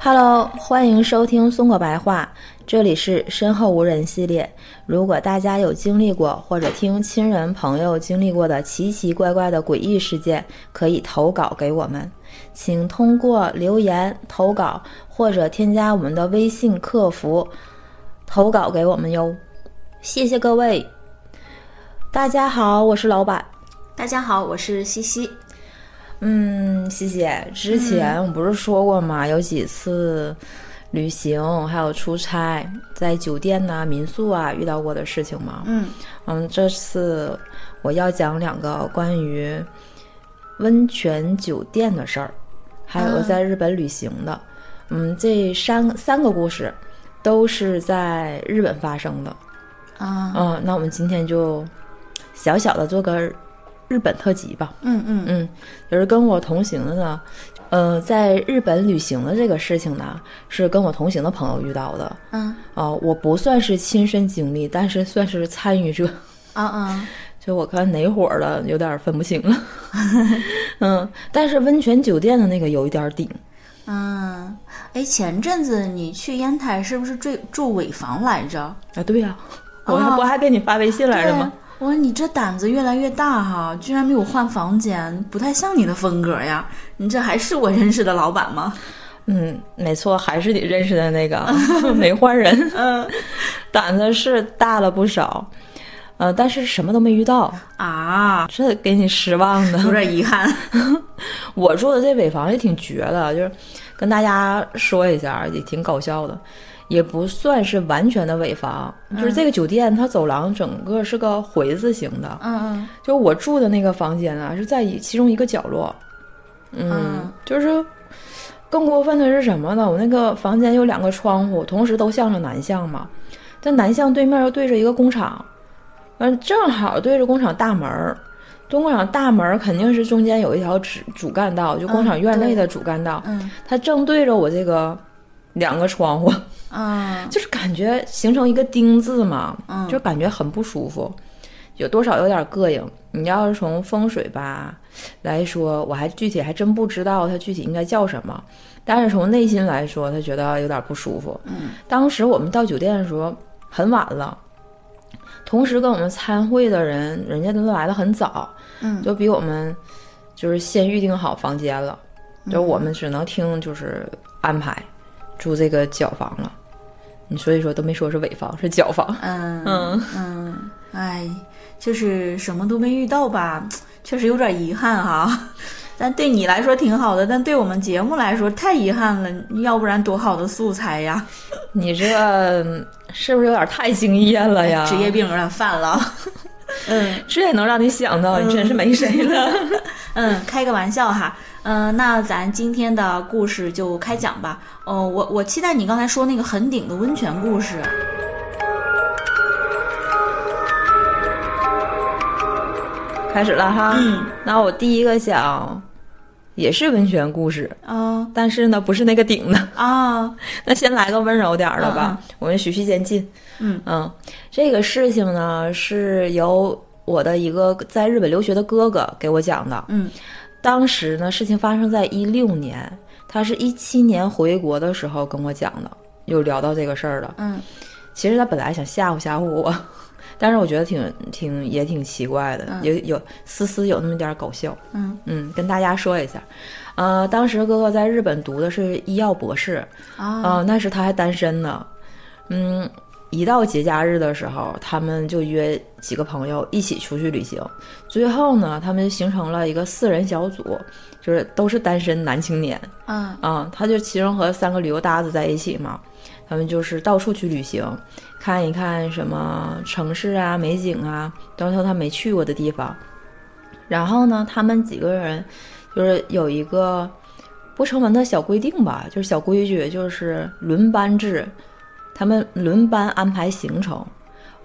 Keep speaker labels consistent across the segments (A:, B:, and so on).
A: Hello，欢迎收听松果白话，这里是身后无人系列。如果大家有经历过或者听亲人朋友经历过的奇奇怪怪的诡异事件，可以投稿给我们，请通过留言投稿或者添加我们的微信客服投稿给我们哟。谢谢各位。大家好，我是老板。
B: 大家好，我是西西。
A: 嗯，西西，之前我不是说过吗？有几次旅行，还有出差，在酒店呐、民宿啊遇到过的事情吗？
B: 嗯
A: 嗯，这次我要讲两个关于温泉酒店的事儿，还有个在日本旅行的。嗯，这三三个故事都是在日本发生的。
B: 啊，
A: 嗯，那我们今天就小小的做个日本特辑吧。
B: 嗯嗯
A: 嗯，就是跟我同行的呢，呃，在日本旅行的这个事情呢，是跟我同行的朋友遇到的。
B: 嗯
A: 啊、我不算是亲身经历，但是算是参与者。
B: 啊啊，
A: 就我看哪伙儿了，有点分不清了。嗯，但是温泉酒店的那个有一点顶。
B: 嗯，哎，前阵子你去烟台是不是住住尾房来着？
A: 啊，对呀、我还不还给你发微信来着吗？？
B: 我说你这胆子越来越大哈，居然没有换房间，不太像你的风格呀。你这还是我认识的老板吗？
A: 嗯，没错，还是你认识的那个，没换人。嗯， 胆子是大了不少，呃，但是什么都没遇到，
B: 啊，
A: 这给你失望的。
B: 有点遗憾。
A: 我住的这尾房也挺绝的，就是跟大家说一下，也挺搞笑的，也不算是完全的尾房，就是这个酒店它走廊整个是个回字形的，
B: 嗯
A: 就是我住的那个房间啊是在一其中一个角落，
B: 嗯嗯
A: 就是更过分的是什么呢？我那个房间有两个窗户，同时都向着南向嘛，但南向对面又对着一个工厂，嗯，正好对着工厂大门儿。东工厂大门儿肯定是中间有一条主主干道，就工厂院内的主干道，
B: 嗯
A: 它正对着我这个两个窗户，
B: 嗯
A: 就是感觉形成一个丁字嘛，
B: 嗯
A: 就感觉很不舒服，有多少有点膈应。你要是从风水吧来说，我还具体还真不知道它具体应该叫什么，但是从内心来说，他觉得有点不舒服。
B: 嗯，
A: 当时我们到酒店的时候很晚了。同时跟我们参会的人，人家都来的很早，
B: 嗯
A: 就比我们就是先预定好房间了，
B: 嗯
A: 就我们只能听就是安排住这个角房了。你所以说都没说是尾房，是角房。
B: 嗯
A: 嗯
B: 嗯，哎，就是什么都没遇到吧，确实有点遗憾哈。 但对你来说挺好的，但对我们节目来说太遗憾了，要不然多好的素材呀！
A: 你这嗯是不是有点太敬业了哎呀？
B: 职业病有点犯了。嗯
A: 这也能让你想到，你真是没谁了。
B: 嗯，开个玩笑哈。嗯、那咱今天的故事就开讲吧。哦、我我期待你刚才说那个很顶的温泉故事。
A: 开始了哈，
B: 嗯
A: 那我第一个讲也是温泉故事，
B: 啊
A: 但是呢不是那个顶的。
B: 啊，
A: 那先来个温柔点儿的吧，
B: 嗯
A: 我们循序渐进。
B: 嗯
A: 这个事情呢是由我的一个在日本留学的哥哥给我讲的。
B: 嗯
A: 当时呢，事情发生在一六年，他是一七年回国的时候跟我讲的，有聊到这个事儿了。
B: 嗯
A: 其实他本来想吓唬吓唬我， 但是我觉得挺挺也挺奇怪的，有有丝丝有那么点儿搞笑。
B: 嗯
A: 嗯，跟大家说一下，呃，当时哥哥在日本读的是医药博士，
B: 啊
A: 啊、那时他还单身呢。嗯，一到节假日的时候，他们就约几个朋友一起出去旅行。最后呢，他们形成了一个四人小组，就是都是单身男青年
B: 嗯
A: 啊、他就其中和三个旅游搭子在一起嘛，他们就是到处去旅行，看一看什么城市啊、美景啊，都是他没去过的地方。然后呢，他们几个人就是有一个不成文的小规定吧，就是小规矩，就是轮班制，他们轮班安排行程。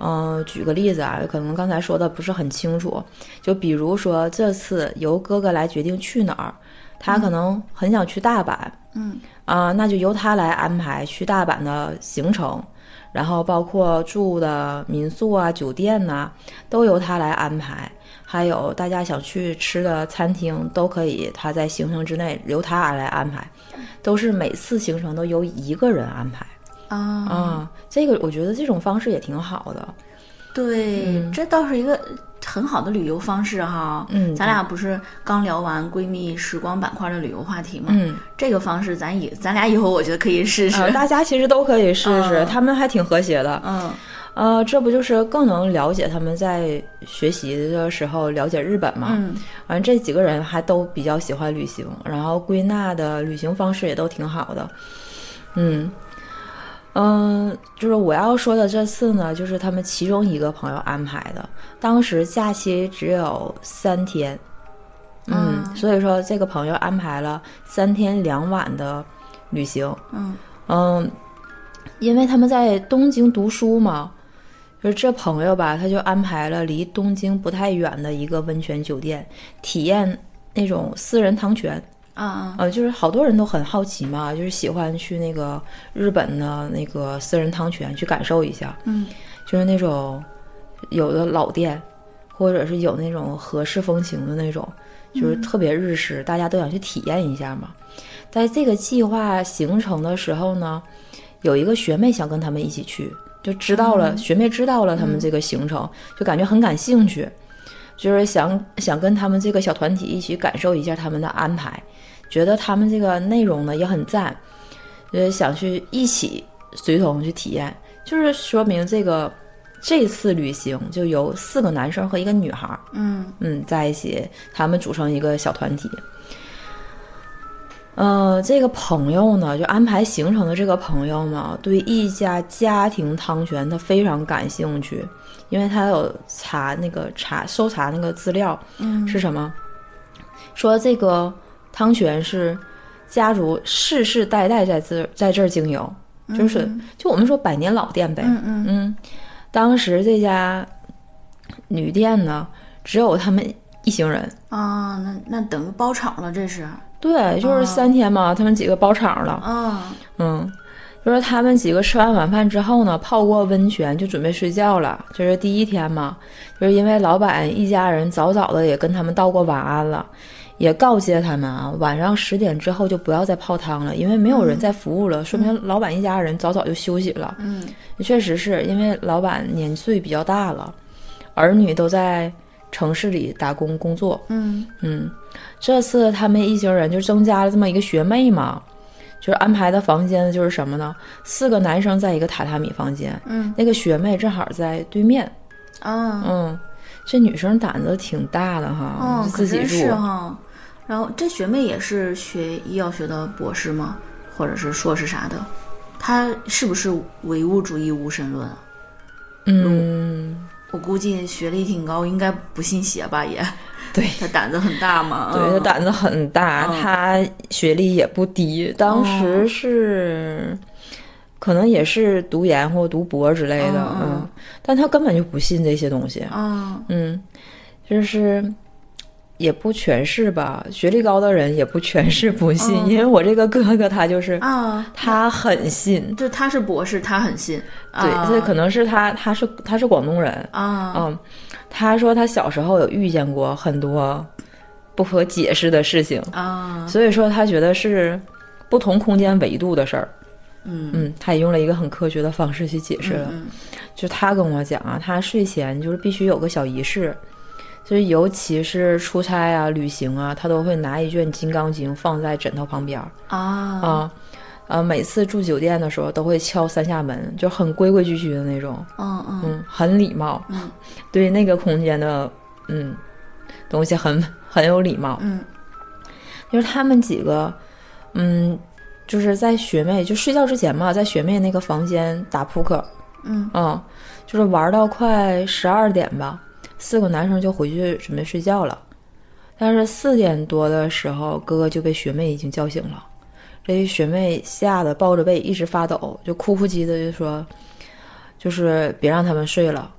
A: 嗯、举个例子啊，可能刚才说的不是很清楚，就比如说这次由哥哥来决定去哪儿，他可能很想去大阪，
B: 嗯
A: 啊、那就由他来安排去大阪的行程，然后包括住的民宿啊、酒店呐、都由他来安排。还有大家想去吃的餐厅，都可以他在行程之内由他来安排。都是每次行程都由一个人安排
B: 啊，
A: 啊。这个我觉得这种方式也挺好的。
B: 对，这倒是一个很好的旅游方式哈。
A: 嗯
B: 咱俩不是刚聊完闺蜜时光板块的旅游话题吗？
A: 嗯，
B: 这个方式咱以咱俩以后我觉得可以试试。
A: 啊，大家其实都可以试试，
B: 嗯
A: 他们还挺和谐的。
B: 嗯
A: 呃，这不就是更能了解他们在学习的时候了解日本吗？
B: 嗯
A: 反正这几个人还都比较喜欢旅行，然后归纳的旅行方式也都挺好的。嗯嗯，就是我要说的这次呢，就是他们其中一个朋友安排的，当时假期只有三天，嗯，
B: 啊
A: 所以说这个朋友安排了三天两晚的旅行。
B: 嗯
A: 嗯，因为他们在东京读书嘛，就是这朋友吧，他就安排了离东京不太远的一个温泉酒店，体验那种私人汤泉。
B: 啊啊
A: 呃，就是好多人都很好奇嘛，就是喜欢去那个日本的那个私人汤泉去感受一下，
B: 嗯
A: 就是那种有的老店，或者是有那种和式风情的那种，就是特别日式，大家都想去体验一下嘛。在这个计划行程的时候呢，有一个学妹想跟他们一起去，就知道了，学妹知道了他们这个行程，就感觉很感兴趣，就是想想跟他们这个小团体一起感受一下他们的安排，觉得他们这个内容呢也很赞，就是想去一起随同去体验，就是说明这个这次旅行就由四个男生和一个女孩儿，
B: 嗯
A: 嗯，在一起，他们组成一个小团体。呃，这个朋友呢，就安排行程的这个朋友嘛，对一家家庭汤泉他非常感兴趣，因为他有查那个查搜查那个资料，
B: 嗯
A: 是什么？说这个汤泉是家族世世代代在这在这儿经营，就是、就我们说百年老店呗。
B: 嗯嗯
A: 嗯，当时这家旅店呢，只有他们一行人。
B: 啊，那那等于包场了，这是
A: 对，就是三天嘛，他们几个包场了。
B: 啊
A: 嗯，就是他们几个吃完晚饭之后呢，泡过温泉就准备睡觉了。这、是第一天嘛，就是因为老板一家人早早的也跟他们道过晚安了，也告诫他们啊，晚上十点之后就不要再泡汤了，因为没有人在服务了，说明老板一家人早早就休息了。
B: 嗯
A: 确实是因为老板年岁比较大了，儿女都在城市里打工工作。
B: 嗯
A: 嗯，这次他们一行人就增加了这么一个学妹嘛，就是安排的房间就是什么呢？四个男生在一个榻榻米房间，
B: 嗯
A: 那个学妹正好在对面。
B: 啊
A: 嗯，这女生胆子挺大的哈，
B: 哦，可
A: 自己
B: 真
A: 住
B: 是。哈。然后这学妹也是学医药学的博士吗？或者是硕士啥的？她是不是唯物主义无神论啊？
A: 嗯，
B: 我估计学历挺高，应该不信邪吧？也，
A: 对。
B: 她胆子很大嘛。
A: 对，她
B: 嗯
A: 胆子很大，
B: 嗯
A: 她学历也不低，当时是。可能也是读研或读博之类的，
B: 嗯嗯
A: 嗯，但她根本就不信这些东西，
B: 啊
A: 嗯，就是也不全是吧，学历高的人也不全是不信，因为我这个哥哥他就是
B: 嗯啊，
A: 他很信，
B: 就她是博士，她很信。
A: 对，
B: 啊
A: 这可能是他他是他是广东人，
B: 啊
A: 嗯，他说他小时候有遇见过很多不可解释的事情，
B: 啊
A: 所以说他觉得是不同空间维度的事儿。
B: 嗯
A: 嗯，他也用了一个很科学的方式去解释了。
B: 嗯
A: 就他跟我讲啊，他睡前就是必须有个小仪式，就是尤其是出差啊、旅行啊，他都会拿一卷《金刚经》放在枕头旁边儿
B: 啊
A: 啊。呃，每次住酒店的时候都会敲三下门，就很规规矩矩的那种，
B: 嗯嗯
A: 嗯，很礼貌，
B: 嗯
A: 对那个空间的嗯东西很很有礼貌。
B: 嗯
A: 就是他们几个，嗯，就是在学妹就睡觉之前嘛，在学妹那个房间打扑克，
B: 嗯
A: 嗯，就是玩到快十二点吧，四个男生就回去准备睡觉了。但是四点多的时候，哥哥就被学妹已经叫醒了。这学妹吓得抱着被一直发抖，就哭哭唧的就说：“就是别让他们睡了。”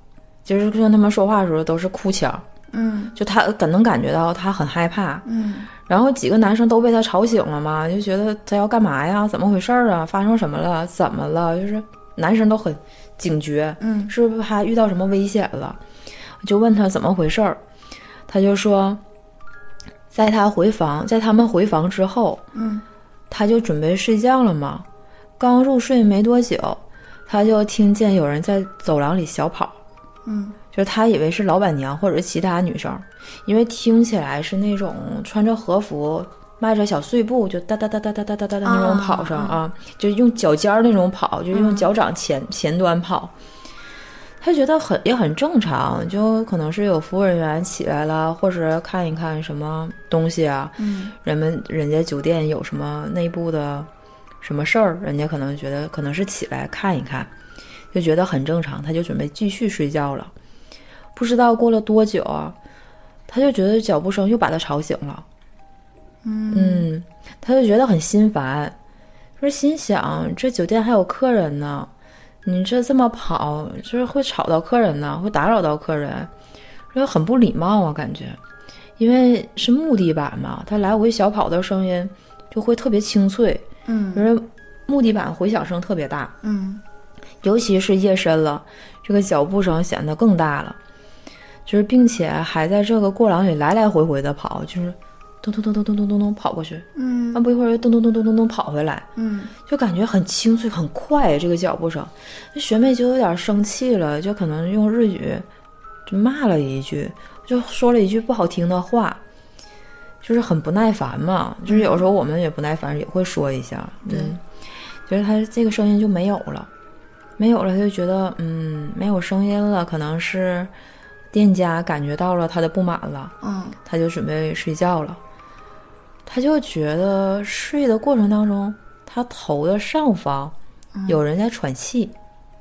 A: 就是跟他们说话的时候都是哭腔，
B: 嗯
A: 就他感能感觉到他很害怕，
B: 嗯
A: 然后几个男生都被他吵醒了嘛，就觉得他要干嘛呀？怎么回事儿啊？发生什么了？怎么了？就是男生都很警觉，
B: 嗯
A: 是不是怕遇到什么危险了？就问他怎么回事儿，他就说，在他回房，在他们回房之后，
B: 嗯
A: 他就准备睡觉了嘛，刚入睡没多久，他就听见有人在走廊里小跑，
B: 嗯
A: 就是他以为是老板娘或者是其他女生，因为听起来是那种穿着和服。迈着小碎步，就哒哒哒哒哒哒哒哒哒那种跑声啊，就用脚尖儿那种跑，就是用脚掌前、前端跑。他觉得很也很正常，就可能是有服务人员起来了，或者看一看什么东西啊，
B: 嗯
A: 人们人家酒店有什么内部的什么事儿，人家可能觉得可能是起来看一看，就觉得很正常，他就准备继续睡觉了。不知道过了多久啊，他就觉得脚步声又把他吵醒了。
B: 嗯
A: 嗯，他就觉得很心烦，就是心想这酒店还有客人呢，你这这么跑，就是会吵到客人呢，会打扰到客人，这很不礼貌啊，感觉，因为是木地板嘛，他来回小跑的声音就会特别清脆，
B: 嗯
A: 就是木地板回响声特别大，
B: 嗯
A: 尤其是夜深了，这个脚步声显得更大了，就是并且还在这个过廊里来来回回的跑，就是咚咚咚咚咚咚咚咚跑过去。
B: 嗯
A: 啊，不一会儿又咚咚咚咚咚咚跑回来，
B: 嗯
A: 就感觉很清脆很快这个脚步声。那学妹就有点生气了，就可能用日语就骂了一句，就说了一句不好听的话，就是很不耐烦嘛。就是有时候我们也不耐烦，也会说一下，
B: 对
A: 嗯，觉得她这个声音就没有了，没有了，她就觉得嗯没有声音了，可能是店家感觉到了她的不满了。
B: 嗯
A: 他就准备睡觉了。他就觉得睡的过程当中，他头的上方有人在喘气，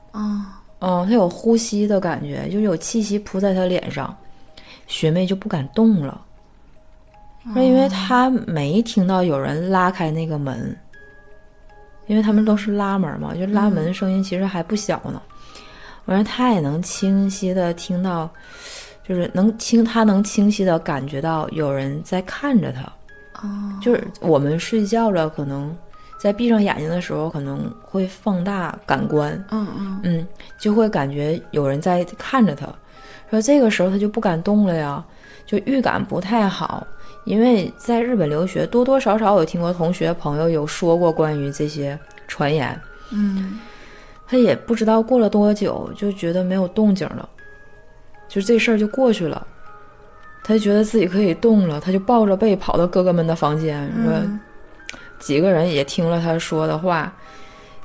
B: 啊
A: 嗯，他有呼吸的感觉，就是有气息扑在他脸上。学妹就不敢动了，是因为她没听到有人拉开那个门，因为他们都是拉门嘛，就拉门声音其实还不小呢。完了，她也能清晰的听到，就是能清，她能清晰的感觉到有人在看着她。
B: 啊
A: 就是我们睡觉了，可能在闭上眼睛的时候，可能会放大感官，
B: 嗯嗯
A: 嗯，就会感觉有人在看着他，说这个时候他就不敢动了呀，就预感不太好，因为在日本留学，多多少少有听过同学朋友有说过关于这些传言，
B: 嗯
A: 他也不知道过了多久，就觉得没有动静了，就这事儿就过去了。他就觉得自己可以动了，他就抱着被跑到哥哥们的房间，说
B: 嗯
A: 几个人也听了他说的话，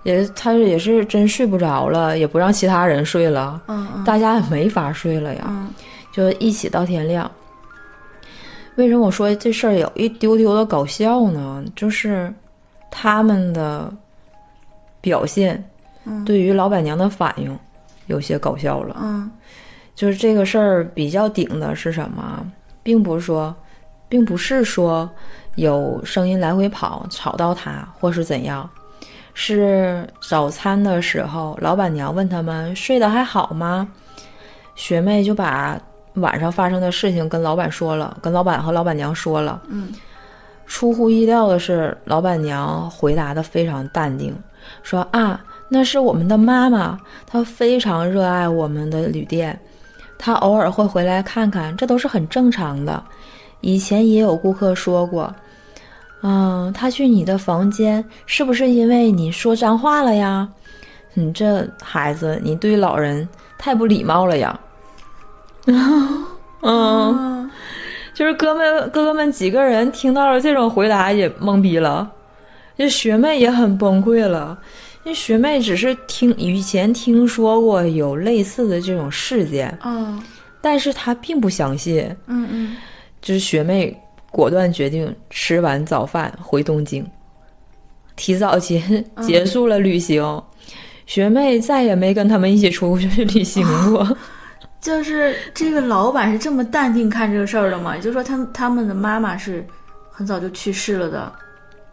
A: 也他也是真睡不着了，也不让其他人睡了，
B: 嗯
A: 大家也没法睡了呀，
B: 嗯
A: 就一起到天亮。为什么我说这事儿有一丢丢的搞笑呢？就是他们的表现
B: 嗯
A: 对于老板娘的反应有些搞笑了。
B: 嗯
A: 就是这个事儿比较顶的是什么啊？并不是说，并不是说有声音来回跑吵到他，或是怎样，是早餐的时候，老板娘问他们睡得还好吗？学妹就把晚上发生的事情跟老板说了，跟老板和老板娘说了。
B: 嗯，
A: 出乎意料的是，老板娘回答的非常淡定，说啊，那是我们的妈妈，她非常热爱我们的旅店，她偶尔会回来看看，这都是很正常的。以前也有顾客说过，嗯，她去你的房间是不是因为你说脏话了呀？你这孩子，你对老人太不礼貌了呀！ 嗯，
B: 嗯
A: 就是哥们哥哥们几个人听到了这种回答也懵逼了，这学妹也很崩溃了。因为学妹只是听以前听说过有类似的这种事件，
B: 嗯
A: 但是她并不相信。
B: 嗯
A: 就是学妹果断决定吃完早饭回东京，提早结
B: 嗯
A: 结束了旅行。学妹再也没跟他们一起出去旅行
B: 哦
A: 过。
B: 就是这个老板是这么淡定看这个事儿的吗？也就是说他，他们的妈妈是很早就去世了的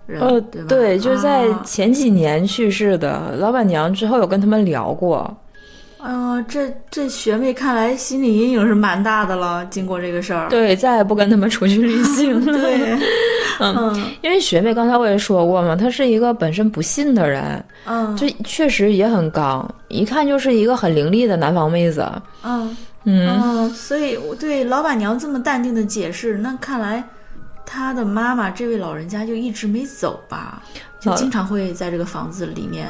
B: 人，
A: 呃，
B: 对吧？
A: 对，就在
B: 啊
A: 前几年去世的、老板娘之后，有跟他们聊过。
B: 哎呦，这这学妹看来心理阴影是蛮大的了，经过这个事儿。
A: 对，再也不跟他们出去旅行了。
B: 对，嗯
A: 因为学妹刚才我也说过嘛，她是一个本身不信的人，
B: 嗯
A: 就确实也很刚，一看就是一个很伶俐的南方妹子。
B: 嗯
A: 嗯，
B: 嗯，所以我对老板娘这么淡定的解释，那看来她的妈妈这位老人家就一直没走吧？
A: 呃
B: 就经常会在这个房子里面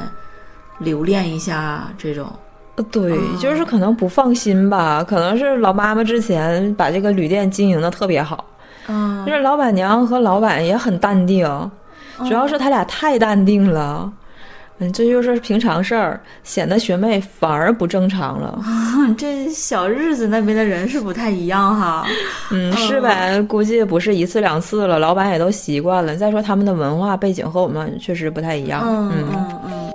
B: 留恋一下这种。
A: 呃对，
B: 哦
A: 就是可能不放心吧，可能是老妈妈之前把这个旅店经营的特别好，
B: 嗯
A: 就是老板娘和老板也很淡定，
B: 哦
A: 主要是他俩太淡定了。嗯，这就是平常事儿，显得学妹反而不正常了。
B: 啊这小日子那边的人是不太一样哈。哦
A: 嗯，是呗，估计不是一次两次了，老板也都习惯了。再说他们的文化背景和我们确实不太一样。
B: 嗯嗯嗯。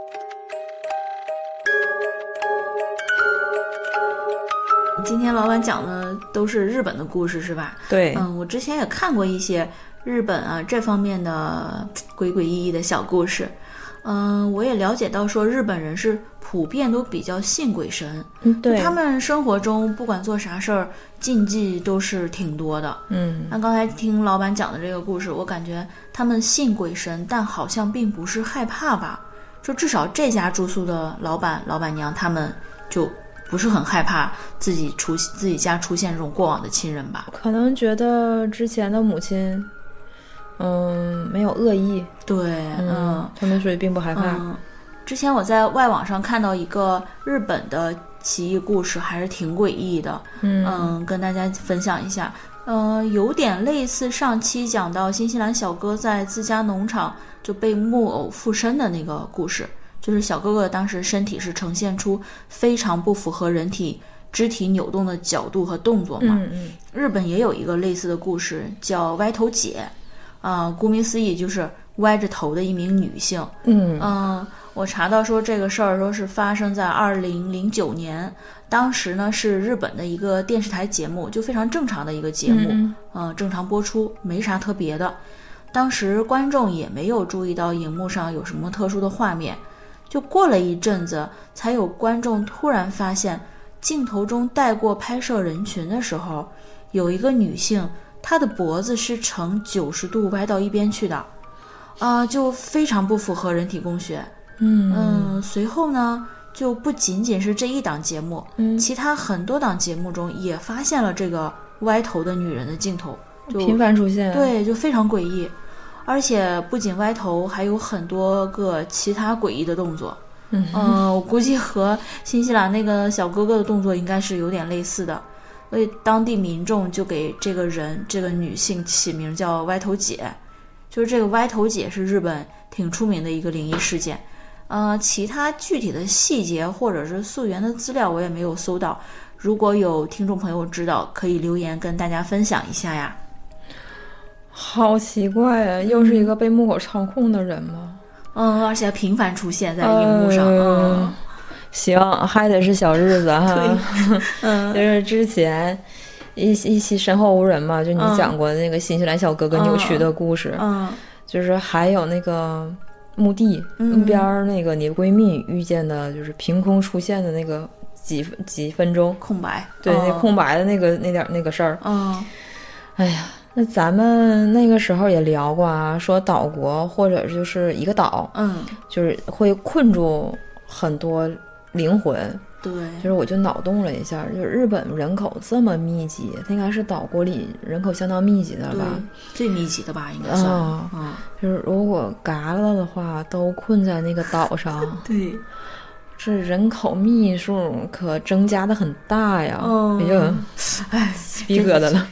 B: 今天老板讲的都是日本的故事是吧？
A: 对，
B: 嗯，我之前也看过一些日本啊这方面的嘖鬼鬼异异的小故事。嗯，我也了解到说日本人是普遍都比较信鬼神，
A: 嗯对，
B: 他们生活中不管做啥事儿，禁忌都是挺多的。
A: 嗯
B: 那刚才听老板讲的这个故事，我感觉他们信鬼神，但好像并不是害怕吧？就至少这家住宿的老板、老板娘他们就不是很害怕自己出自己家出现这种过往的亲人吧？
A: 可能觉得之前的母亲，嗯，没有恶意，
B: 对，嗯
A: 嗯，他们所以并不害怕。
B: 嗯，之前我在外网上看到一个日本的奇异故事，还是挺诡异的。
A: 嗯
B: 嗯，跟大家分享一下。呃，有点类似上期讲到新西兰小哥在自家农场就被木偶附身的那个故事，就是小哥哥当时身体是呈现出非常不符合人体肢体扭动的角度和动作嘛。
A: 嗯嗯
B: 日本也有一个类似的故事，叫歪头姐，啊、顾名思义就是歪着头的一名女性。
A: 嗯
B: 嗯，我查到说这个事儿说是发生在二零零九年，当时呢是日本的一个电视台节目，就非常正常的一个节目，
A: 嗯
B: 呃，正常播出，没啥特别的。当时观众也没有注意到荧幕上有什么特殊的画面，就过了一阵子，才有观众突然发现，镜头中带过拍摄人群的时候，有一个女性，她的脖子是呈九十度歪到一边去的，啊、就非常不符合人体工学。
A: 嗯
B: 嗯，随后呢，就不仅仅是这一档节目，
A: 嗯，
B: 其他很多档节目中也发现了这个歪头的女人的镜头，就
A: 频繁出现。，
B: 对，就非常诡异，而且不仅歪头，还有很多个其他诡异的动作。
A: 嗯
B: 呃我估计和新西兰那个小哥哥的动作应该是有点类似的，所以当地民众就给这个人这个女性起名叫歪头姐，就是这个歪头姐是日本挺出名的一个灵异事件。呃，其他具体的细节或者是溯源的资料我也没有搜到，如果有听众朋友知道，可以留言跟大家分享一下呀。
A: 好奇怪呀、又是一个被木偶操控的人吗？
B: 嗯，而且还频繁出现在荧幕上。
A: 嗯
B: 嗯
A: 行，还得是小日子哈。
B: 嗯
A: 就是之前一一期身后无人嘛，就你
B: 嗯
A: 讲过那个新西兰小哥哥扭曲的故事，
B: 嗯
A: 就是还有那个墓地、
B: 嗯
A: 墓边儿那个你闺蜜遇见的，就是凭空出现的那个几几分钟，
B: 空白。
A: 对，
B: 嗯、
A: 那空白的那个那点儿那个事儿。
B: 嗯
A: 那咱们那个时候也聊过啊，说岛国或者就是一个岛，
B: 嗯，
A: 就是会困住很多灵魂，
B: 对，
A: 就是我就脑洞了一下，就是日本人口这么密集，它应该是岛国里人口相当密集的了
B: 对
A: 吧？，
B: 最密集的吧，应该算。
A: 啊、
B: 嗯，，
A: 就是如果嘎了的话，都困在那个岛上
B: 对，
A: 这人口密数可增加的很大呀！
B: 嗯
A: 哎呀，
B: 哎，
A: 逼疙瘩了。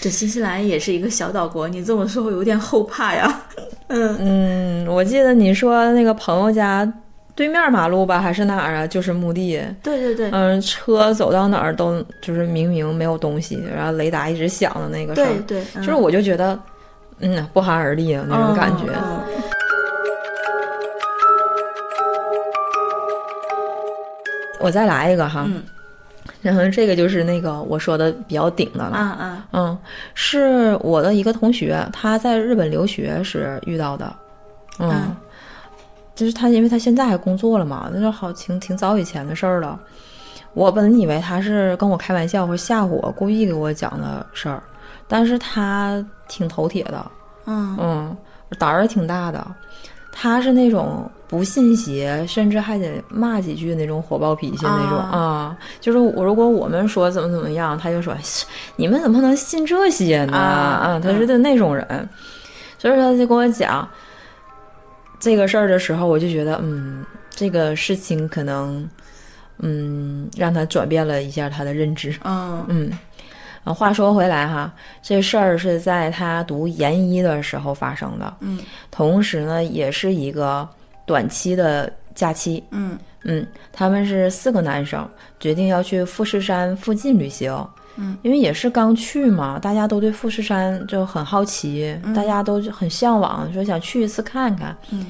B: 这新西兰也是一个小岛国，你这么说我有点后怕呀。嗯
A: 嗯，我记得你说那个朋友家对面马路吧，还是哪儿啊？就是墓地。
B: 对对对。
A: 嗯，车走到哪儿都就是明明没有东西，然后雷达一直响的那个事儿
B: 对。嗯对，就
A: 就是我就觉得，嗯，不寒而栗啊那种感觉。
B: 嗯嗯
A: 我再来一个哈，
B: 嗯
A: 然后这个就是那个我说的比较顶的
B: 嗯
A: 了。
B: 啊啊，
A: 嗯，是我的一个同学，他在日本留学时遇到的。嗯，
B: 嗯
A: 就是他，因为他现在还工作了嘛，那就好挺挺早以前的事儿了。我本以为他是跟我开玩笑或者吓唬我，故意给我讲的事儿，但是他挺头铁的，
B: 嗯
A: 嗯，胆儿也挺大的。他是那种不信邪，甚至还得骂几句那种火爆脾气那种
B: 啊
A: 啊就是我如果我们说怎么怎么样，他就说 你们怎么能信这些呢？
B: 啊
A: 啊，他是的那种人，所以说他就跟我讲，这个事儿的时候，我就觉得，嗯，这个事情可能，嗯，让他转变了一下他的认知。
B: 嗯
A: 嗯，啊，话说回来哈，这事儿是在他读研一的时候发生的，
B: 嗯
A: 同时呢，也是一个短期的假期。
B: 嗯
A: 嗯，他们是四个男生决定要去富士山附近旅行。
B: 嗯，
A: 因为也是刚去嘛，大家都对富士山就很好奇，大家都很向往，说想去一次看看。
B: 嗯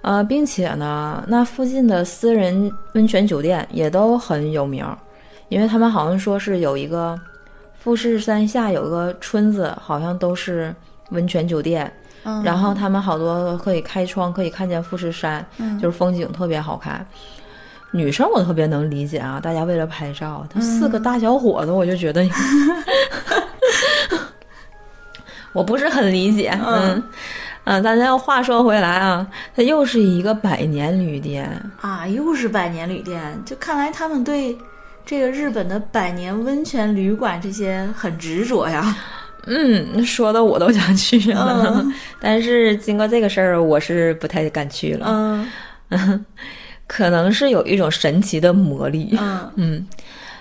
A: 呃，并且呢，那附近的私人温泉酒店也都很有名儿，因为他们好像说是有一个富士山下有个村子，好像都是温泉酒店，
B: 嗯，
A: 然后他们好多可以开窗，可以看见富士山，
B: 嗯
A: 就是风景特别好看。女生我特别能理解啊，大家为了拍照，他四
B: 嗯
A: 个大小伙子，我就觉 得， 我不是很理解。
B: 嗯
A: 嗯嗯，大家话说回来啊，它又是一个百年旅店，
B: 啊，又是百年旅店，就看来他们对这个日本的百年温泉旅馆这些很执着呀。
A: 嗯，说的我都想去了，
B: 嗯
A: 但是经过这个事儿，我是不太敢去了。
B: 嗯
A: 可能是有一种神奇的魔力。
B: 嗯
A: 嗯，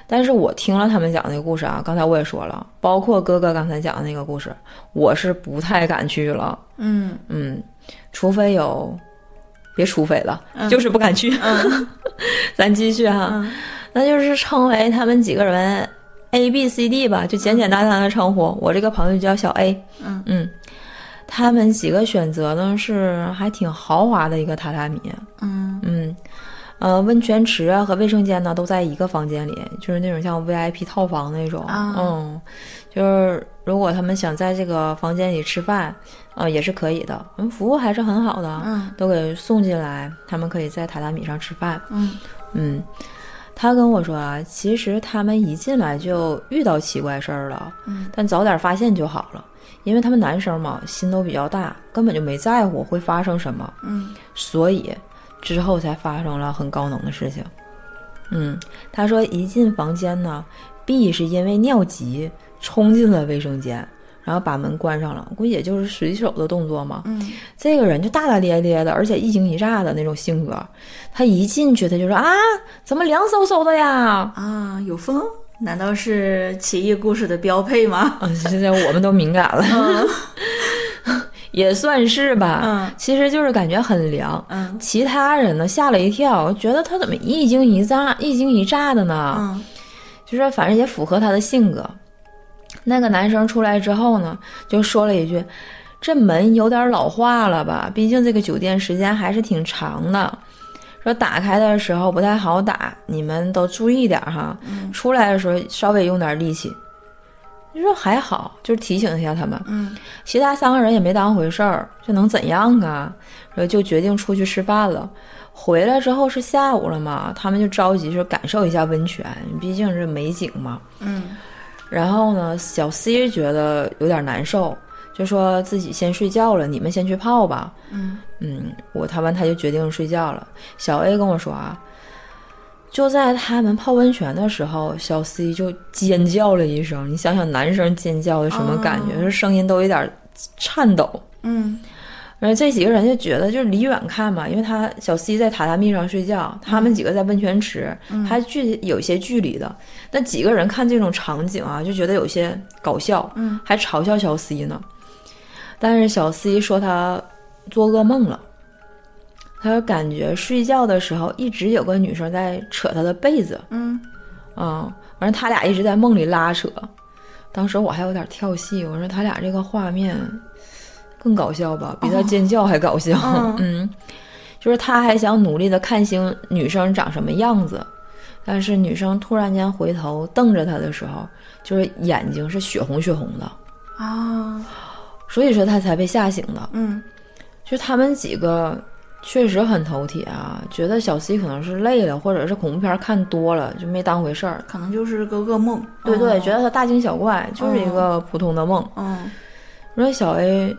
A: 但是我听了他们讲那个故事啊，刚才我也说了，包括哥哥刚才讲的那个故事，我是不太敢去了。
B: 嗯
A: 嗯，除非有，别除非了，
B: 嗯
A: 就是不敢去。
B: 嗯
A: 咱继续哈，
B: 嗯
A: 那就是称为他们几个人 A、B、C、D 吧，就简简单单的称呼。我这个朋友叫小 A。
B: 嗯
A: 嗯。他们几个选择呢是还挺豪华的一个榻榻米，
B: 嗯
A: 嗯，呃，温泉池啊和卫生间呢都在一个房间里，就是那种像 VIP 套房那种。
B: 啊
A: 嗯，就是如果他们想在这个房间里吃饭，呃，也是可以的。嗯，服务还是很好的，
B: 嗯
A: 都给送进来，他们可以在榻榻米上吃饭。
B: 嗯
A: 嗯，他跟我说啊，其实他们一进来就遇到奇怪事儿了，
B: 嗯
A: 但早点发现就好了。因为他们男生嘛，心都比较大，根本就没在乎会发生什么。
B: 嗯
A: 所以之后才发生了很高能的事情。嗯，他说一进房间呢，B 是因为尿急冲进了卫生间，然后把门关上了，估计也就是随手的动作嘛。
B: 嗯
A: 这个人就大大咧咧的，而且一惊一乍的那种性格，他一进去他就说啊，怎么凉飕飕的呀？
B: 啊，有风？难道是奇异故事的标配 吗？
A: 啊，现在我们都敏感了，
B: 嗯
A: 也算是吧。
B: 嗯
A: 其实就是感觉很凉。
B: 嗯
A: 其他人呢吓了一跳，觉得他怎么一惊一乍、一惊一乍的呢？
B: 嗯
A: 就是反正也符合他的性格。那个男生出来之后呢，就说了一句：“这门有点老化了吧？毕竟这个酒店时间还是挺长的。说打开的时候不太好打，你们都注意点儿哈。出来的时候稍微用点力气。”就说还好，就是提醒一下他们。
B: 嗯
A: 其他三个人也没当回事儿，这能怎样啊？然后就决定出去吃饭了。回来之后是下午了嘛，他们就着急是感受一下温泉，毕竟是美景嘛。
B: 嗯
A: 然后呢，小 C 觉得有点难受，就说自己先睡觉了，你们先去泡吧。
B: 嗯
A: 嗯，我他完他就决定睡觉了。小 A 跟我说啊，就在他们泡温泉的时候，小 C 就尖叫了一声。你想想，男生尖叫的什么感觉？
B: 哦
A: 这声音都有点颤抖。
B: 嗯
A: 然后这几个人就觉得，就是离远看嘛，因为他小 C 在榻榻米上睡觉，他们几个在温泉池，还距有一些距离的。那几个人看这种场景啊，就觉得有些搞笑，
B: 嗯
A: 还嘲笑小 C 呢。但是小 C 说他做噩梦了，他说感觉睡觉的时候一直有个女生在扯他的被子，
B: 嗯
A: 啊，完了他俩一直在梦里拉扯，当时我还有点跳戏，我说他俩这个画面更搞笑吧，比他尖叫还搞笑。
B: 嗯
A: 嗯，就是他还想努力的看清女生长什么样子，但是女生突然间回头瞪着他的时候，就是眼睛是血红血红的，
B: 啊
A: 所以说他才被吓醒的。
B: 嗯
A: 就他们几个确实很头铁啊，觉得小 C 可能是累了，或者是恐怖片看多了，就没当回事儿。
B: 可能就是个噩梦。
A: 对对，
B: 嗯
A: 觉得他大惊小怪，就是一
B: 哦
A: 个普通的梦。
B: 嗯
A: 我说小 A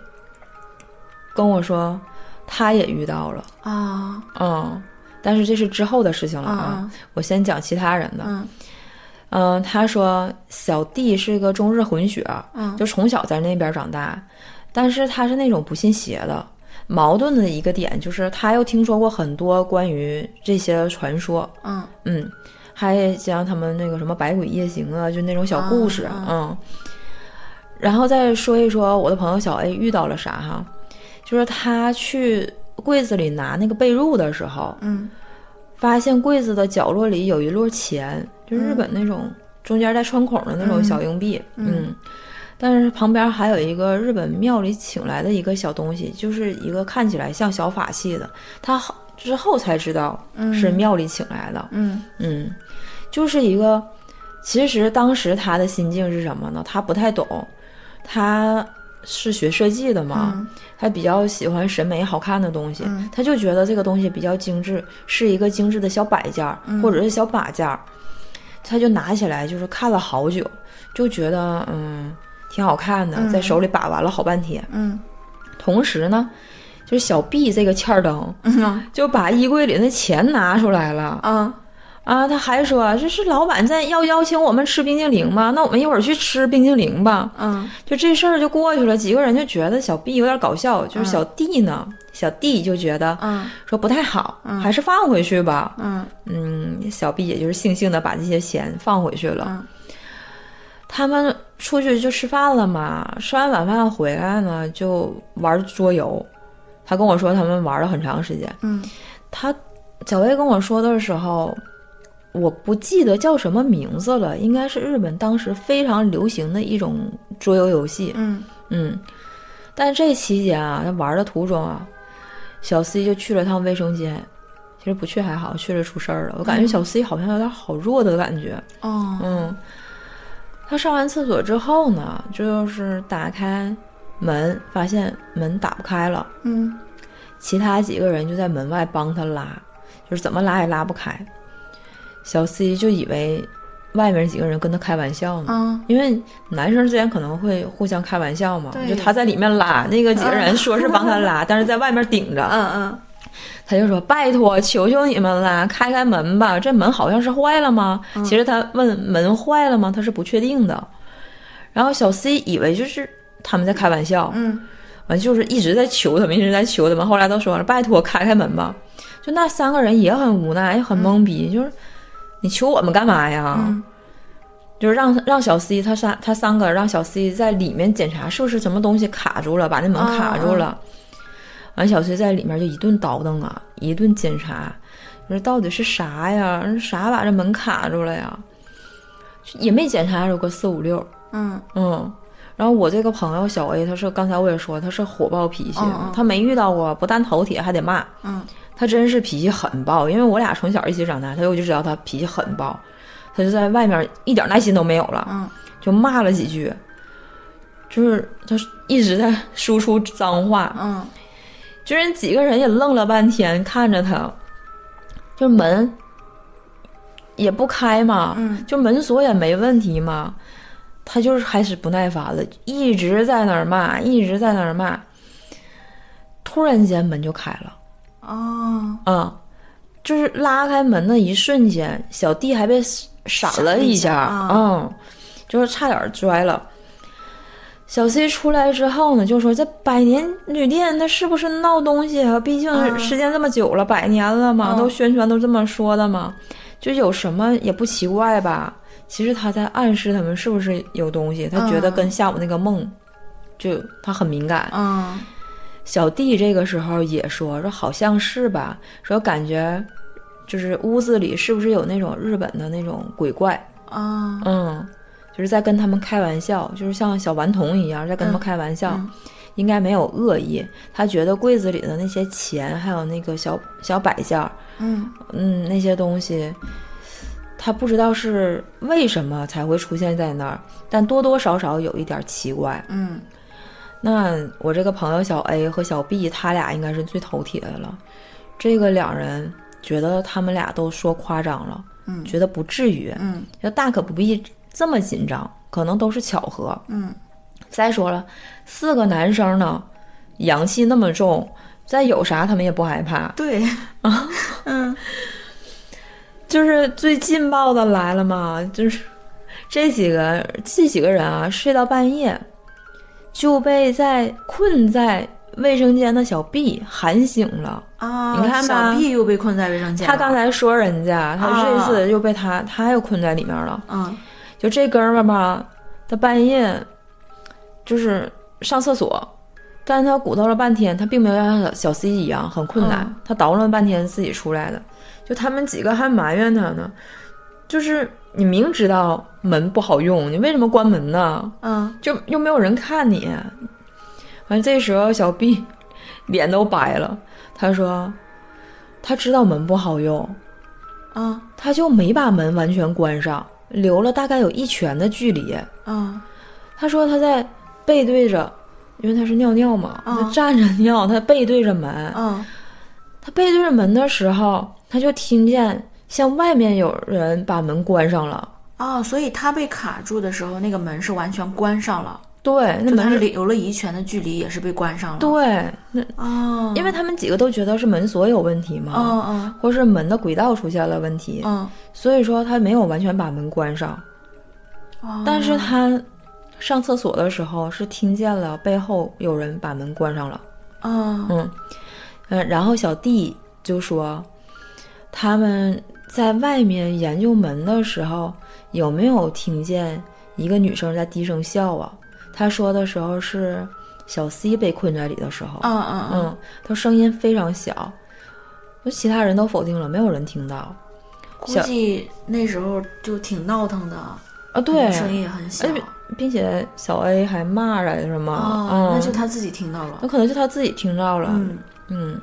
A: 跟我说，他也遇到了，
B: 啊
A: 嗯，但是这是之后的事情了啊。
B: 啊
A: 我先讲其他人的，
B: 嗯
A: 嗯，他说小弟是个中日混血，
B: 嗯
A: 就从小在那边长大，但是他是那种不信邪的。矛盾的一个点，就是他又听说过很多关于这些传说，
B: 嗯
A: 嗯，还像他们那个什么百鬼夜行啊，就那种小故事，
B: 啊
A: 嗯。然后再说一说我的朋友小 A 遇到了啥哈，就是他去柜子里拿那个被褥的时候，
B: 嗯
A: 发现柜子的角落里有一摞钱，就日本那种中间带穿孔的那种小硬币，嗯。但是旁边还有一个日本庙里请来的一个小东西，就是一个看起来像小法器的，他后之后才知道是庙里请来的，
B: 嗯
A: 嗯，就是一个，其实当时他的心境是什么呢？他不太懂，他是学设计的嘛，
B: 嗯
A: 他比较喜欢审美好看的东西，
B: 嗯
A: 他就觉得这个东西比较精致，是一个精致的小摆件儿、
B: 嗯
A: 或者是小把件儿，他就拿起来就是看了好久，就觉得嗯挺好看的，在手里把玩了好半天。
B: 嗯
A: 同时呢，就是小 B 这个欠儿灯
B: 嗯啊
A: 就把衣柜里那钱拿出来了。
B: 啊
A: 啊，他还说这是老板在要邀请我们吃冰激凌吗？那我们一会儿去吃冰激凌吧。
B: 嗯
A: 就这事儿就过去了，几个人就觉得小 B 有点搞笑，就是小 D 呢，小 D 就觉得
B: 嗯
A: 说不太好，还是放回去吧。
B: 嗯
A: 嗯，小 B 也就是悻悻的把这些钱放回去了。
B: 嗯
A: 他们出去就吃饭了嘛，吃完晚饭回来呢就玩桌游，他跟我说他们玩了很长时间。
B: 嗯
A: 他小薇跟我说的时候，我不记得叫什么名字了，应该是日本当时非常流行的一种桌游游戏。
B: 嗯
A: 嗯，但这期间啊，他玩的途中啊，小 C 就去了趟卫生间。其实不去还好，去了出事儿了。我感觉小 C 好像有点好弱的感觉。
B: 哦
A: 嗯，他上完厕所之后呢，就是打开门，发现门打不开了。
B: 嗯
A: 其他几个人就在门外帮他拉，就是怎么拉也拉不开。小 C 就以为外面几个人跟他开玩笑呢，
B: 啊
A: 因为男生之间可能会互相开玩笑嘛，
B: 对啊
A: 就他在里面拉，那个几个人说是帮他 拉，但是在外面顶着，
B: 嗯嗯
A: 他就说：“拜托，求求你们啦，开开门吧！这门好像是坏了吗？”
B: 啊
A: 其实他问门坏了吗？他是不确定的。然后小 C 以为就是他们在开玩笑，
B: 嗯
A: 完就是一直在求他们，一直在求他们。后来都说了，拜托开开门吧。就那三个人也很无奈，也很懵逼，就是你求我们干嘛呀？
B: 嗯
A: 就是让让小 C 他三他三个让小 C 在里面检查是不是什么东西卡住了，把那门卡住了。完、小 C 在里面就一顿倒腾啊，一顿检查，说到底是啥呀？啥把这门卡住了呀？也没检查出个四五六，
B: 嗯
A: 嗯，然后我这个朋友小 A，他是刚才我也说，他是火爆脾气，
B: 嗯嗯
A: 他没遇到过不但头铁还得骂，
B: 嗯
A: 他真是脾气很暴。因为我俩从小一起长大，他我就知道他脾气很暴，他就在外面一点耐心都没有了，
B: 嗯
A: 就骂了几句，就是他一直在输出脏话，
B: 嗯
A: 就人几个人也愣了半天看着他，就门也不开嘛，
B: 嗯
A: 就门锁也没问题嘛，他就是开始不耐烦了，一直在那儿骂，一直在那儿骂。突然间门就开了，
B: 哦
A: 啊、就是拉开门的一瞬间，小弟还被闪了一
B: 闪了一下
A: 下，
B: 啊
A: 嗯，就是差点摔了。小 C 出来之后呢，就说这百年旅店它是不是闹东西啊？毕
B: 啊
A: 竟时间这么久了，百年了嘛，
B: 嗯
A: 都宣传都这么说的嘛，就有什么也不奇怪吧。其实他在暗示他们是不是有东西，他觉得
B: 嗯
A: 跟下午那个梦，就他很敏感，
B: 嗯
A: 小弟这个时候也说说好像是吧，说感觉就是屋子里是不是有那种日本的那种鬼怪，
B: 啊
A: 嗯，就是在跟他们开玩笑，就是像小顽童一样在跟他们开玩笑，
B: 嗯
A: 应该没有恶意。他觉得柜子里的那些钱还有那个小小摆件儿，
B: 嗯
A: 嗯，那些东西。他不知道是为什么才会出现在那儿，但多多少少有一点奇怪。
B: 嗯
A: 那我这个朋友小 A 和小 B，他俩应该是最头铁的了。这个两人觉得他们俩都说夸张了，
B: 嗯
A: 觉得不至于，
B: 嗯
A: 就大可不必这么紧张，可能都是巧合。
B: 嗯
A: 再说了，四个男生呢，阳气那么重，再有啥他们也不害怕。
B: 对嗯
A: 就是最劲爆的来了嘛，就是这几个这几个人啊，睡到半夜就被在困在卫生间的小 B 喊醒了。
B: 啊，
A: 你看吧
B: 小 B 又被困在卫生间了。
A: 他刚才说人家，他这
B: 啊
A: 次又被他，他又困在里面了。
B: 嗯
A: 就这哥们儿吧，他半夜就是上厕所，但他鼓捣了半天，他并没有像小小 C 一样很困难，
B: 嗯
A: 他捣乱半天自己出来的。就他们几个还埋怨他呢，就是你明知道门不好用，你为什么关门呢？
B: 嗯，
A: 就又没有人看你。完，这时候小 B 脸都白了，他说他知道门不好用，
B: 啊
A: 他就没把门完全关上，留了大概有一拳的距离。
B: 啊
A: 他说他在背对着，因为他是尿尿嘛，
B: 嗯
A: 他站着尿，他背对着门。
B: 啊
A: 他背对着门的时候，他就听见像外面有人把门关上了。
B: 啊！所以他被卡住的时候，那个门是完全关上了，
A: 对，那
B: 就他
A: 门
B: 是
A: 是
B: 留了一拳的距离，也是被关上了。
A: 对，那
B: 哦，
A: 因为他们几个都觉得是门锁有问题嘛，
B: 嗯嗯
A: 或是门的轨道出现了问题，
B: 嗯，
A: 所以说他没有完全把门关上。
B: 哦
A: 但是他上厕所的时候是听见了背后有人把门关上了。
B: 嗯
A: 嗯，嗯，然后小弟就说，他们在外面研究门的时候，有没有听见一个女生在低声笑啊？他说的时候是小 C 被困在里的时候，
B: 嗯嗯嗯
A: 嗯，他声音非常小，就其他人都否定了，没有人听到
B: 估
A: 小
B: 计那时候就挺闹腾的，
A: 啊。对，
B: 声音也很小
A: 哎并且小 A 还骂来着嘛，
B: 哦，那
A: 嗯
B: 就他自己听到
A: 有
B: 了。
A: 可能就他自己听到了，
B: 嗯
A: 嗯，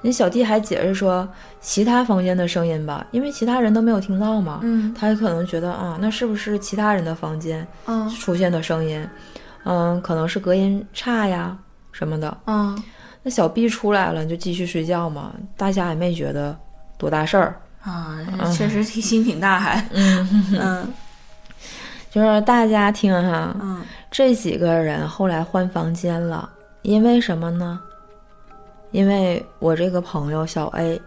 A: 人小弟还解释说，其他房间的声音吧，因为其他人都没有听到嘛，
B: 嗯
A: 他也可能觉得啊，那是不是其他人的房间
B: 嗯
A: 出现的声音？嗯，可能是隔音差呀什么的。
B: 嗯
A: 那小 B 出来了，就继续睡觉嘛，大家也没觉得多大事儿。嗯
B: 啊，确实挺心挺 大还。嗯
A: 就是大家听哈，
B: 嗯
A: 这几个人后来换房间了，因为什么呢？因为我这个朋友小 A，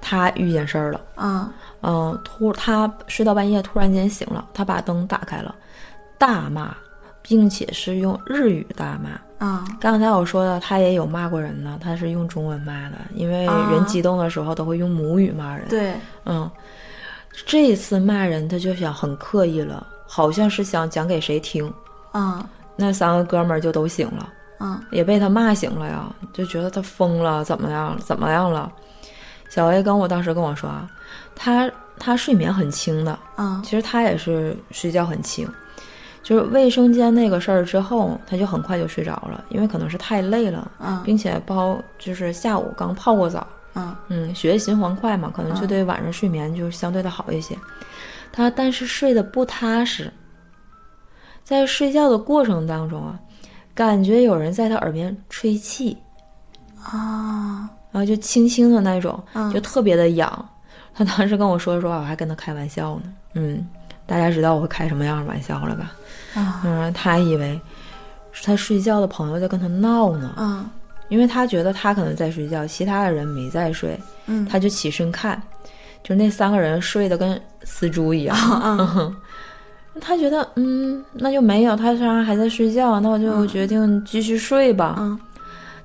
A: 他遇见事儿了。
B: 嗯
A: 嗯，突他睡到半夜突然间醒了，他把灯打开了，大骂，并且是用日语大骂。
B: 嗯
A: 刚才我说的，他也有骂过人呢，他是用中文骂的，因为
B: 啊
A: 人激动的时候都会用母语骂人。
B: 对，
A: 嗯，这一次骂人，他就想很刻意了，好像是想讲给谁听。
B: 嗯
A: 那三个哥们儿就都醒了，
B: 嗯
A: 也被他骂醒了呀，就觉得他疯了，怎么样，怎么样了？小 A 跟我当时跟我说啊，他他睡眠很轻的，
B: 嗯
A: 其实他也是睡觉很轻，就是卫生间那个事儿之后，他就很快就睡着了，因为可能是太累了，
B: 嗯
A: 并且包就是下午刚泡过澡，
B: 嗯
A: 嗯，血液循环快嘛，可能就
B: 嗯
A: 对晚上睡眠就相对的好一些。他但是睡得不踏实，在睡觉的过程当中啊，感觉有人在他耳边吹气，
B: 啊
A: 然后就轻轻的那种，
B: 嗯
A: 就特别的痒。 他当时跟我说的时候，我还跟他开玩笑呢。嗯，大家知道我会开什么样的玩笑了吧？
B: 啊
A: 嗯，他以为是他睡觉的朋友在跟他闹呢，
B: 嗯
A: 因为他觉得他可能在睡觉，其他的人没在睡，
B: 嗯
A: 他就起身看，就那三个人睡得跟死猪一样。
B: 嗯
A: 他觉得，嗯，那就没有，他虽然还在睡觉，那我就决定继续睡吧。
B: 嗯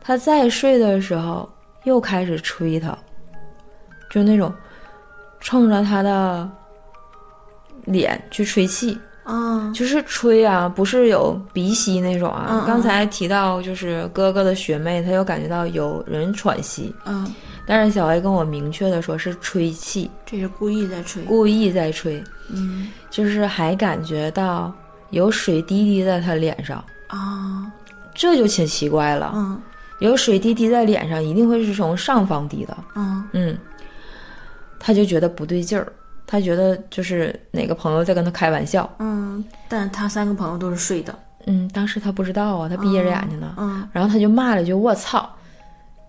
A: 他再睡的时候，又开始吹他，就那种冲着他的脸去吹气，
B: 嗯
A: 就是吹啊，不是有鼻息那种啊。
B: 嗯嗯
A: 刚才提到就是哥哥的学妹，她又感觉到有人喘息，
B: 嗯，
A: 但是小 A 跟我明确的说是吹气，
B: 这是故意在吹。
A: 故意在吹，
B: 嗯
A: 就是还感觉到有水滴滴在他脸上，
B: 啊
A: 这就挺奇怪了。
B: 嗯
A: 有水滴滴在脸上，一定会是从上方滴的。
B: 嗯
A: 嗯，他就觉得不对劲儿，他觉得就是哪个朋友在跟他开玩笑。
B: 嗯，但他三个朋友都是睡的。
A: 嗯，当时他不知道啊，他闭着眼睛呢。
B: 嗯
A: 然后他就骂了一句“我操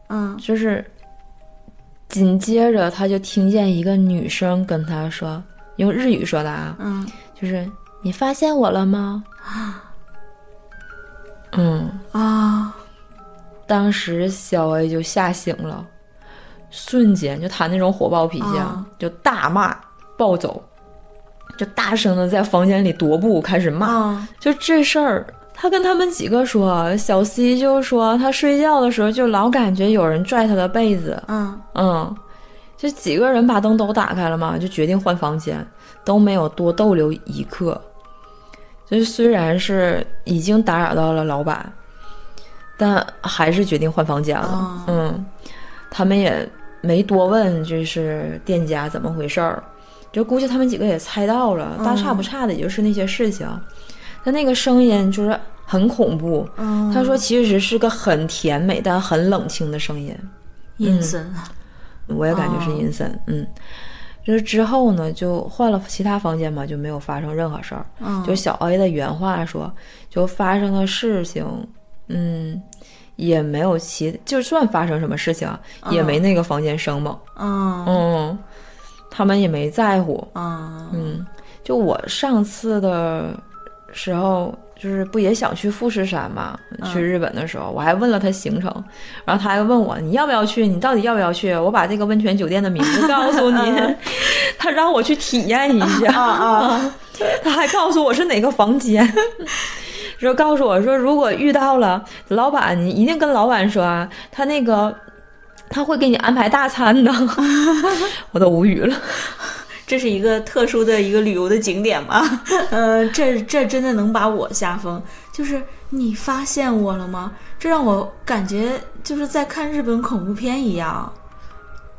B: 嗯”，
A: 就是紧接着他就听见一个女生跟他说，用日语说的啊，
B: 嗯
A: 就是“你发现我了吗？”啊嗯，
B: 啊
A: 当时小 A 就吓醒了，瞬间就他那种火爆脾气啊，就大骂暴走，就大声的在房间里踱步开始骂。
B: 啊
A: 就这事儿，他跟他们几个说，小 C 就说他睡觉的时候就老感觉有人拽他的被子，
B: 嗯，
A: 嗯，这几个人把灯都打开了嘛，就决定换房间，都没有多逗留一刻。就是虽然是已经打扰到了老板，但还是决定换房间了。
B: 哦
A: 嗯，他们也没多问，就是店家怎么回事儿，就估计他们几个也猜到
B: 嗯
A: 了，大差不差的也就是那些事情。但那个声音就是很恐怖。
B: 嗯
A: 他说其实是个很甜美但很冷清的声音。
B: 阴森，
A: 我也感觉是阴森，嗯。就是之后呢，就换了其他房间嘛，就没有发生任何事儿。
B: 嗯，
A: 就小 A 的原话说，就发生的事情，嗯，也没有其，就算发生什么事情啊，也没那个房间生猛。
B: 嗯
A: 嗯，他们也没在乎。
B: 嗯
A: 嗯，就我上次的时候，就是不也想去富士山嘛？
B: 嗯
A: 去日本的时候，我还问了他行程，然后他还问我你要不要去，你到底要不要去？我把这个温泉酒店的名字告诉 你，他让我去体验一
B: 嗯啊
A: 下，
B: 啊，
A: 他还告诉我是哪个房间。 说告诉我说，如果遇到了老板，你一定跟老板说啊，他那个他会给你安排大餐的， 我都无语了。
B: 这是一个特殊的一个旅游的景点吧？呃，这这真的能把我吓疯。就是你发现我了吗？这让我感觉就是在看日本恐怖片一样。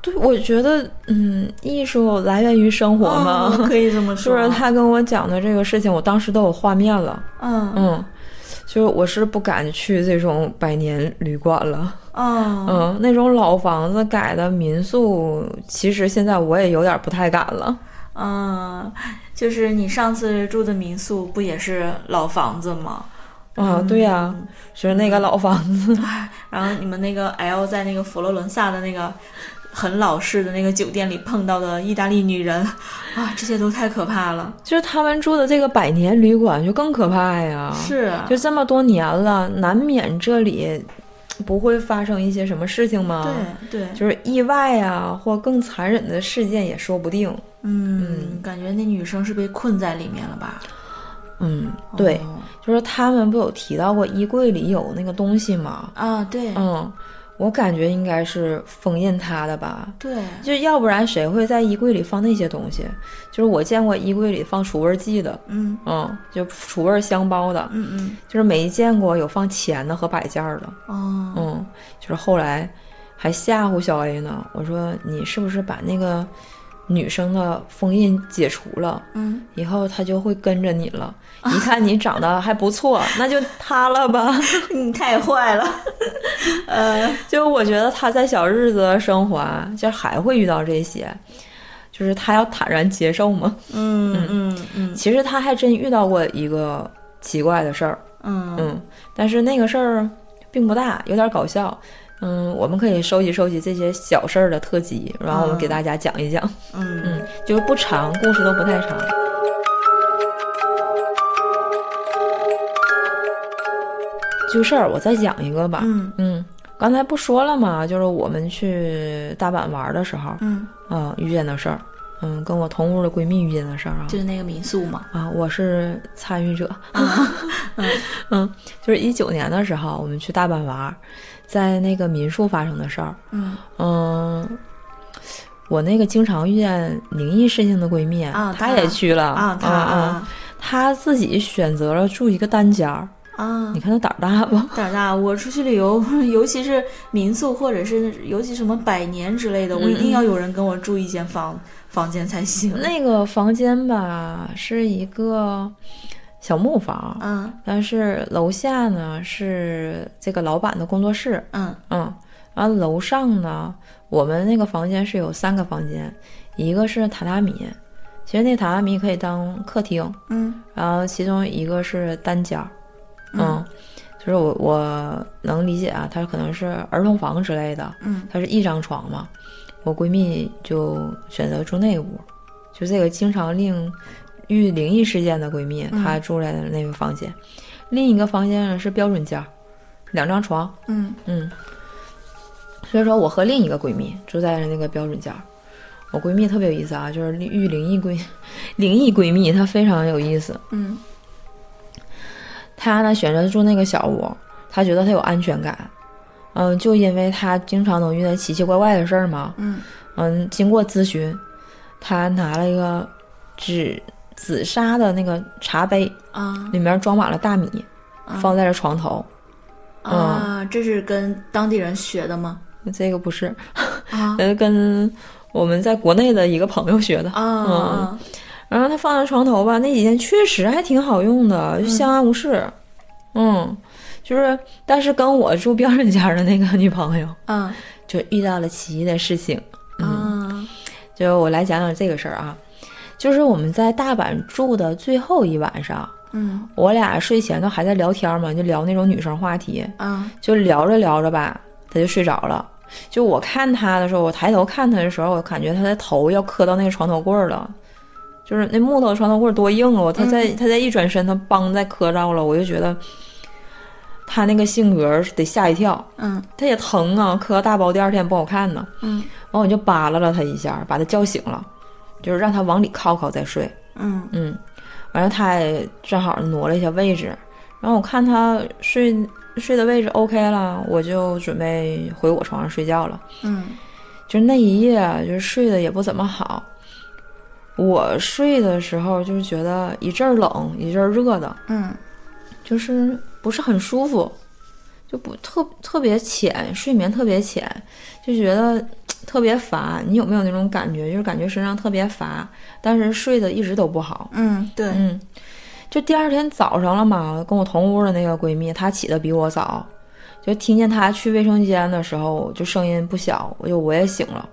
A: 对，我觉得，嗯，艺术来源于生活嘛，
B: 嗯可以这 么
A: 就
B: 说。
A: 是他跟我讲的这个事情，我当时都有画面了，
B: 嗯
A: 嗯，就是我是不敢去这种百年旅馆了，
B: 嗯
A: 嗯，那种老房子改的民宿，其实现在我也有点不太敢了，
B: 嗯，就是你上次住的民宿不也是老房子吗？
A: 啊，对呀、
B: 嗯
A: 就是那个老房子，
B: 然后你们那个 L 在那个佛罗伦萨的那个很老式的那个酒店里碰到的意大利女人，啊，这些都太可怕了。
A: 就是他们住的这个百年旅馆就更可怕呀，
B: 是，啊
A: 就这么多年了，难免这里不会发生一些什么事情吗？
B: 对对，
A: 就是意外啊，或更残忍的事件也说不定。
B: 嗯，感觉那女生是被困在里面了吧？
A: 嗯，对，
B: 哦
A: 就是他们不有提到过衣柜里有那个东西吗？
B: 啊，对
A: 嗯，我感觉应该是封印它的吧，
B: 对，
A: 就要不然谁会在衣柜里放那些东西？就是我见过衣柜里放除味剂的，
B: 嗯
A: 嗯，就除味香包的，
B: 嗯
A: 就是没见过有放钱的和摆件儿的。
B: 嗯，哦，
A: 嗯，就是后来还吓唬小 A 呢，我说你是不是把那个女生的封印解除了？
B: 嗯，
A: 以后他就会跟着你了。一看你长得还不错，那就他了吧。
B: 你嗯太坏了， 呃，
A: 就我觉得他在小日子的生活啊，就还会遇到这些，就是他要坦然接受嘛。
B: 嗯嗯嗯
A: 其实他还真遇到过一个奇怪的事儿，
B: 嗯
A: 嗯，但是那个事儿并不大，有点搞笑。嗯，我们可以收集收集这些小事儿的特辑，然后我们给大家讲一讲。
B: 嗯
A: 嗯，就是不长，故事都不太长。就事儿，我再讲一个吧。
B: 嗯
A: 嗯，刚才不说了吗？就是我们去大阪玩的时候，啊、
B: 嗯，
A: 遇见的事儿，嗯，跟我同屋的闺蜜遇见的事儿啊
B: 就是那个民宿嘛，
A: 啊，我是参与者。
B: 嗯
A: 嗯，就是一九年的时候，我们去大阪玩，在那个民宿发生的事儿。
B: 嗯
A: 嗯，我那个经常遇见灵异事情的闺蜜
B: 啊
A: 她
B: 她
A: 也去了
B: 啊，他
A: 啊，
B: 啊
A: 她自己选择了住一个单间儿，
B: 啊
A: 你，看她胆儿大不？
B: 胆儿大，我出去旅游，尤其是民宿或者是尤其什么百年之类的，我一定要有人跟我住一间房房间才行。
A: 那个房间吧是一个小木房，
B: 嗯
A: 但是楼下呢是这个老板的工作室，
B: 嗯
A: 嗯，然后楼上呢，我们那个房间是有三个房间，一个是榻榻米，其实那榻榻米可以当客厅，
B: 嗯
A: 然后其中一个是单间儿，嗯，就是我我能理解啊，它可能是儿童房之类的，
B: 嗯
A: 它是一张床嘛，我闺蜜就选择住那屋，就这个经常令遇灵异事件的闺蜜，
B: 嗯
A: 她住在那个房间，另一个房间呢是标准间儿，两张床，
B: 嗯
A: 嗯，所以说我和另一个闺蜜住在了那个标准间儿。我闺蜜特别有意思啊，就是遇灵异闺灵异闺蜜，她非常有意思。
B: 嗯
A: 他呢选择住那个小屋，他觉得他有安全感。嗯，就因为他经常能遇到奇奇怪怪的事儿嘛。
B: 嗯
A: 嗯，经过咨询，他拿了一个紫紫砂的那个茶杯，
B: 啊
A: 里面装满了大米，
B: 啊
A: 放在了床头。
B: 啊，这是跟当地人学的吗？
A: 这个不是，
B: 啊
A: 呃，跟我们在国内的一个朋友学的。
B: 啊啊
A: 然后他放在床头吧，那几天确实还挺好用的，就相安无事。嗯就是，但是跟我住边上家的那个女朋友，
B: 啊
A: 就遇到了奇异的事情。
B: 啊
A: 就我来讲讲这个事儿啊，就是我们在大阪住的最后一晚上，
B: 嗯
A: 我俩睡前都还在聊天嘛，就聊那种女生话题，
B: 啊
A: 就聊着聊着吧，他就睡着了。就我看他的时候，我抬头看他的时候，我感觉他的头要磕到那个床头柜儿了，就是那木头床头柜儿多硬哦！他再他再一转身，他梆再磕着了，我就觉得他那个性格得吓一跳，
B: 嗯
A: 他也疼啊，磕大包第二天也不好看呢。
B: 嗯
A: 完我就扒拉了他一下，把他叫醒了，就是让他往里靠靠再睡。
B: 嗯
A: 嗯，完了他也正好挪了一下位置，然后我看他睡睡的位置 OK 了，我就准备回我床上睡觉了。
B: 嗯
A: 就是那一夜啊，就是睡得也不怎么好。我睡的时候就是觉得一阵儿冷一阵儿热的，
B: 嗯
A: 就是不是很舒服，就不特特别浅，睡眠特别浅，就觉得嘖特别乏。你有没有那种感觉？就是感觉身上特别乏，但是睡得一直都不好。
B: 嗯，对，
A: 嗯，就第二天早上了嘛，跟我同屋的那个闺蜜，她起得比我早，就听见她去卫生间的时候，就声音不小，我就我也醒了，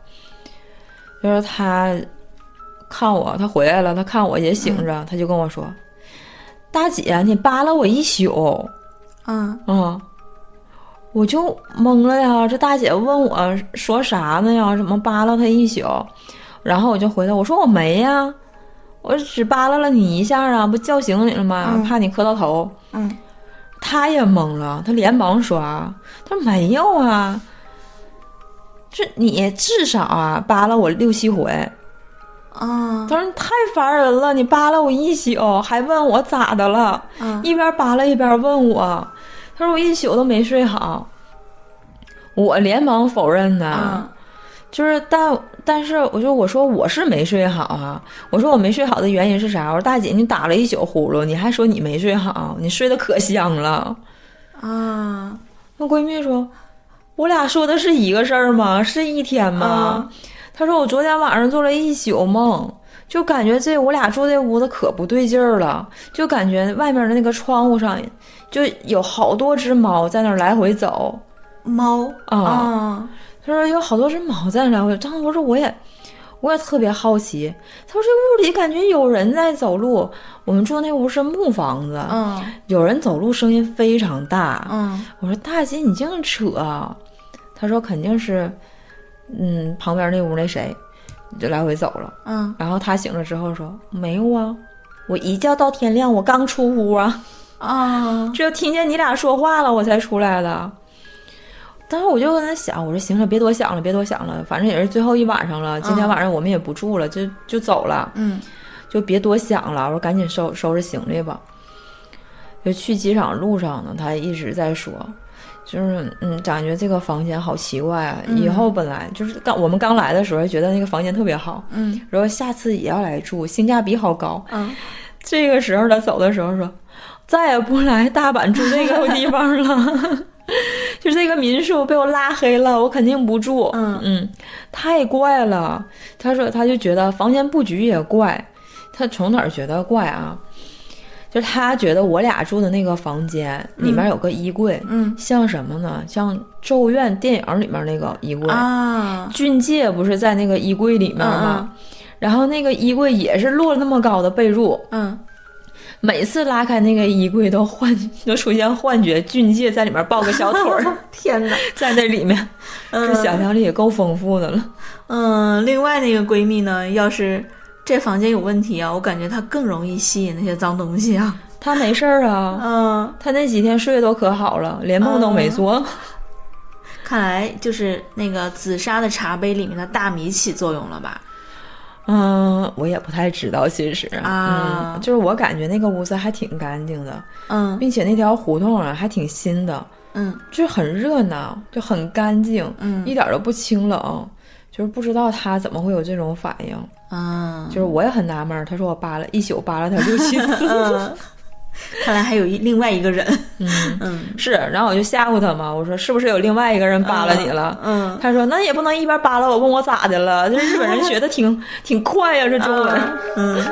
A: 就是她看我，她回来了，她看我也醒着，她就跟我说：“大姐，你扒拉我一宿
B: 嗯
A: 啊、我就懵了呀，这大姐问我说啥呢呀？怎么扒拉她一宿？然后我就回答我说我没呀，我只扒拉了你一下啊，不叫醒你了吗？
B: 嗯
A: 怕你磕到头。
B: 嗯
A: 她也懵了，她连忙说啊，她说没有啊，这你至少啊扒拉我六七回。
B: 啊
A: 她说你太烦人了，你扒拉我一宿，还问我咋的了。
B: 啊
A: 一边扒拉一边问我，他说我一宿都没睡好。我连忙否认呐，
B: 啊
A: 就是但但是我就我说我是没睡好啊，我说我没睡好的原因是啥？我说大姐你打了一宿呼噜，你还说你没睡好，你睡得可香了。
B: 啊
A: 那闺蜜说，我俩说的是一个事儿吗？是一天吗？
B: 嗯
A: 她说我昨天晚上做了一宿梦。就感觉这我俩住这屋子可不对劲儿了，就感觉外面的那个窗户上就有好多只猫在那儿来回走。
B: 猫啊
A: 她说有好多只猫在那儿来回走。当时我说我也我也特别好奇，她说这屋里感觉有人在走路。我们住那屋是木房子，
B: 嗯
A: 有人走路声音非常大。
B: 嗯
A: 我说大姐，你净扯、啊。她说肯定是，嗯，旁边那屋那谁就来回走了。
B: 嗯
A: 然后她醒了之后说没有啊，我一觉到天亮，我刚出屋啊，
B: 啊
A: 只有听见你俩说话了，我才出来的。当时我就跟她想，我说行了，别多想了，别多想了，反正也是最后一晚上了，今天晚上我们也不住了，就就走了。
B: 嗯
A: 就别多想了，我说赶紧收收拾行李吧。就去机场路上呢，他一直在说，就是嗯，感觉这个房间好奇怪啊。以后本来就是刚我们刚来的时候，还觉得那个房间特别好，
B: 嗯
A: 然后下次也要来住，性价比好高。
B: 嗯
A: 这个时候他走的时候说，再也不来大阪住这个地方了， 就这个民宿被我拉黑了，我肯定不住。
B: 嗯
A: 嗯，太怪了。他说，他就觉得房间布局也怪。他从哪儿觉得怪啊？就是他觉得我俩住的那个房间里面有个衣柜，
B: 嗯
A: 像什么呢？像《咒怨》电影里面那个衣柜。
B: 啊
A: 俊介不是在那个衣柜里面吗？然后那个衣柜也是摞了那么高的被褥，
B: 嗯
A: 每次拉开那个衣柜都幻 都出现幻觉，俊介在里面抱个小腿 儿
B: 天哪！
A: 在那里面，这想象力也够丰富的了。
B: 嗯，另外那个闺蜜呢，要是这房间有问题啊，我感觉她更容易吸引那些脏东西啊。
A: 他没事儿啊，
B: 嗯，
A: 他那几天睡得都可好了，连梦都没做。
B: 啊看来就是那个紫砂的茶杯里面的大米起作用了吧？
A: 嗯，我也不太知道，其实
B: 啊
A: 嗯，就是我感觉那个屋子还挺干净的，
B: 嗯
A: 并且那条胡同啊还挺新的，
B: 嗯
A: 就是很热闹，就很干净，
B: 嗯
A: 一点都不清冷。就是不知道他怎么会有这种反应，
B: 嗯，
A: 就是我也很纳闷儿。他说我扒拉一宿扒拉他六七 次，
B: 嗯，看来还有一另外一个 人，
A: 嗯，
B: 嗯，
A: 是。然后我就吓唬他嘛，我说是不是有另外一个人扒拉你了？
B: 嗯，
A: 他说：“那也不能一边扒拉我问我咋的了，这日本人学的挺 挺快呀、这中文。
B: 嗯，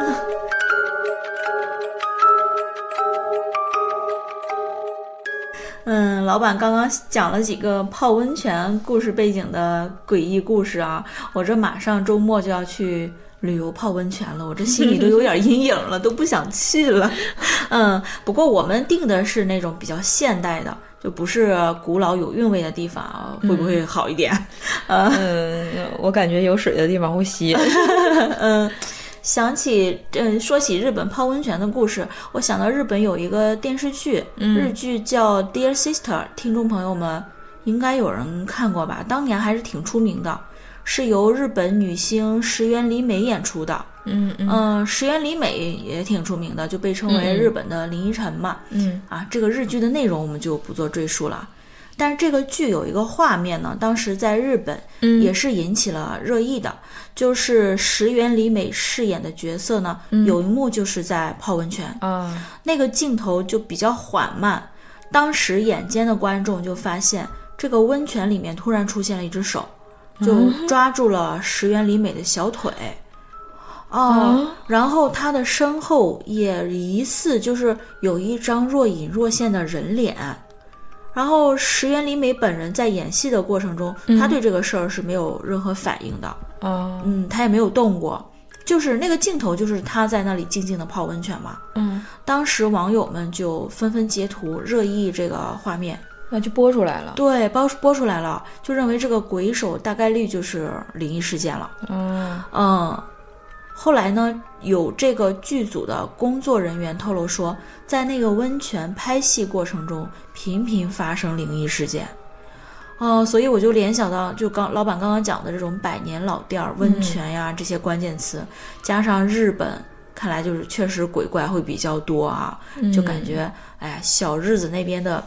B: 嗯，老板刚刚讲了几个泡温泉故事背景的诡异故事啊，我这马上周末就要去旅游泡温泉了，我这心里都有点阴 影了，都不想去了。 嗯，不过我们定的是那种比较现代的，就不是古老有韵味的地方啊，会不会好一点？
A: 嗯，我感觉有水的地方会吸引。
B: 嗯，想起嗯，说起日本泡温泉的故事，我想到日本有一个电视剧，
A: 嗯
B: 日剧叫《Dear Sister》，听众朋友们应该有人看过吧？当年还是挺出名的，是由日本女星石原里美演出的。
A: 嗯嗯
B: 嗯，石原里美也挺出名的，就被称为
A: 嗯嗯
B: 日本的林依晨嘛。
A: 嗯
B: 啊，这个日剧的内容我们就不做赘述了。但是这个剧有一个画面呢，当时在日本
A: 嗯
B: 也是引起了热议的，就是石原里美饰演的角色呢，有一幕就是在泡温泉，
A: 啊，
B: 那个镜头就比较缓慢，当时眼尖的观众就发现这个温泉里面突然出现了一只手，就抓住了石原里美的小腿。哦
A: 啊，
B: 然后她的身后也疑似就是有一张若隐若现的人脸，然后石原里美本人在演戏的过程中，她对这个事儿是没有任何反应的。
A: 啊
B: 嗯，他也没有动过，就是那个镜头，就是他在那里静静的泡温泉嘛。
A: 嗯，
B: 当时网友们就纷纷截图热议这个画面，
A: 那就播出来了。
B: 对，播播出来了，就认为这个鬼手大概率就是灵异事件了。
A: 啊
B: 嗯，后来呢，有这个剧组的工作人员透露说，在那个温泉拍戏过程中，频频发生灵异事件。哦，所以我就联想到，就刚老板刚刚讲的这种百年老店儿、温泉呀、这些关键词，加上日本，看来就是确实鬼怪会比较多啊，就
A: 嗯
B: 感觉、哎呀，小日子那边的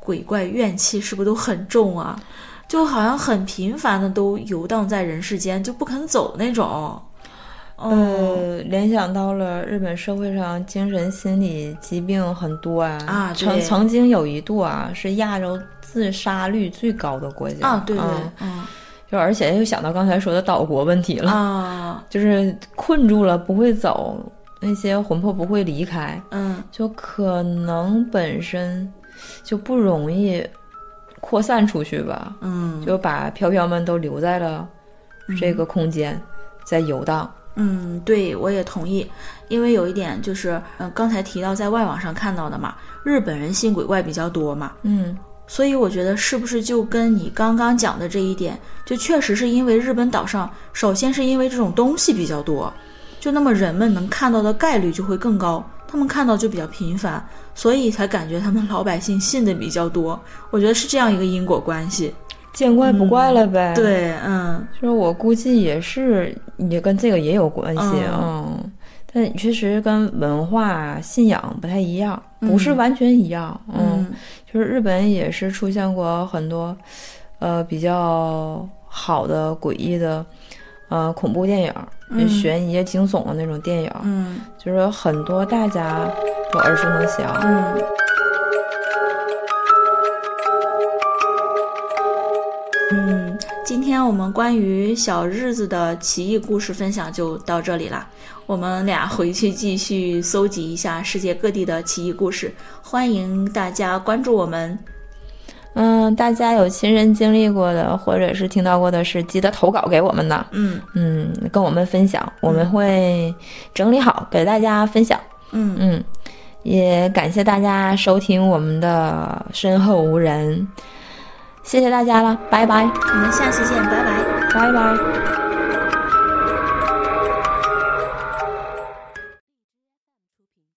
B: 鬼怪怨气是不是都很重啊？就好像很频繁的都游荡在人世间，就不肯走那种。哦、
A: 呃，联想到了日本社会上精神心理疾病很多啊，
B: 啊对
A: 曾曾经有一度啊是亚洲自杀率最高的国家
B: 啊，对对，
A: 嗯
B: 嗯
A: 就而且又想到刚才说的岛国问题了，
B: 啊，
A: 就是困住了不会走，那些魂魄不会离开，
B: 嗯
A: 就可能本身就不容易扩散出去吧，
B: 嗯
A: 就把飘飘们都留在了这个空间，在游荡。
B: 嗯，对我也同意，因为有一点就是，嗯、刚才提到在外网上看到的嘛，日本人信鬼怪比较多嘛，
A: 嗯
B: 所以我觉得是不是就跟你刚刚讲的这一点，就确实是因为日本岛上，首先是因为这种东西比较多，就那么人们能看到的概率就会更高，他们看到就比较频繁，所以才感觉他们老百姓信的比较多。我觉得是这样一个因果关系。
A: 见怪不怪了呗。，
B: 嗯对，嗯
A: 就是我估计也是，也跟这个也有关系
B: 嗯
A: 嗯但确实跟文化信仰不太一样，
B: 嗯
A: 不是完全一样。嗯，
B: 嗯
A: 就是日本也是出现过很多，呃，比较好的诡异的，呃，恐怖电影儿，
B: 嗯
A: 悬疑啊、惊悚的那种电影儿，
B: 嗯
A: 就是很多大家都耳熟能详。
B: 嗯。嗯，今天我们关于小日子的奇异故事分享就到这里啦。我们俩回去继续搜集一下世界各地的奇异故事，欢迎大家关注我们。
A: 嗯，大家有亲身经历过的，或者是听到过的事，记得投稿给我们呢。
B: 嗯
A: 嗯，跟我们分享，我们会整理好给大家分享。
B: 嗯
A: 嗯，也感谢大家收听我们的身后无人，谢谢大家了，拜拜，
B: 我们下期见，拜拜。
A: 拜拜。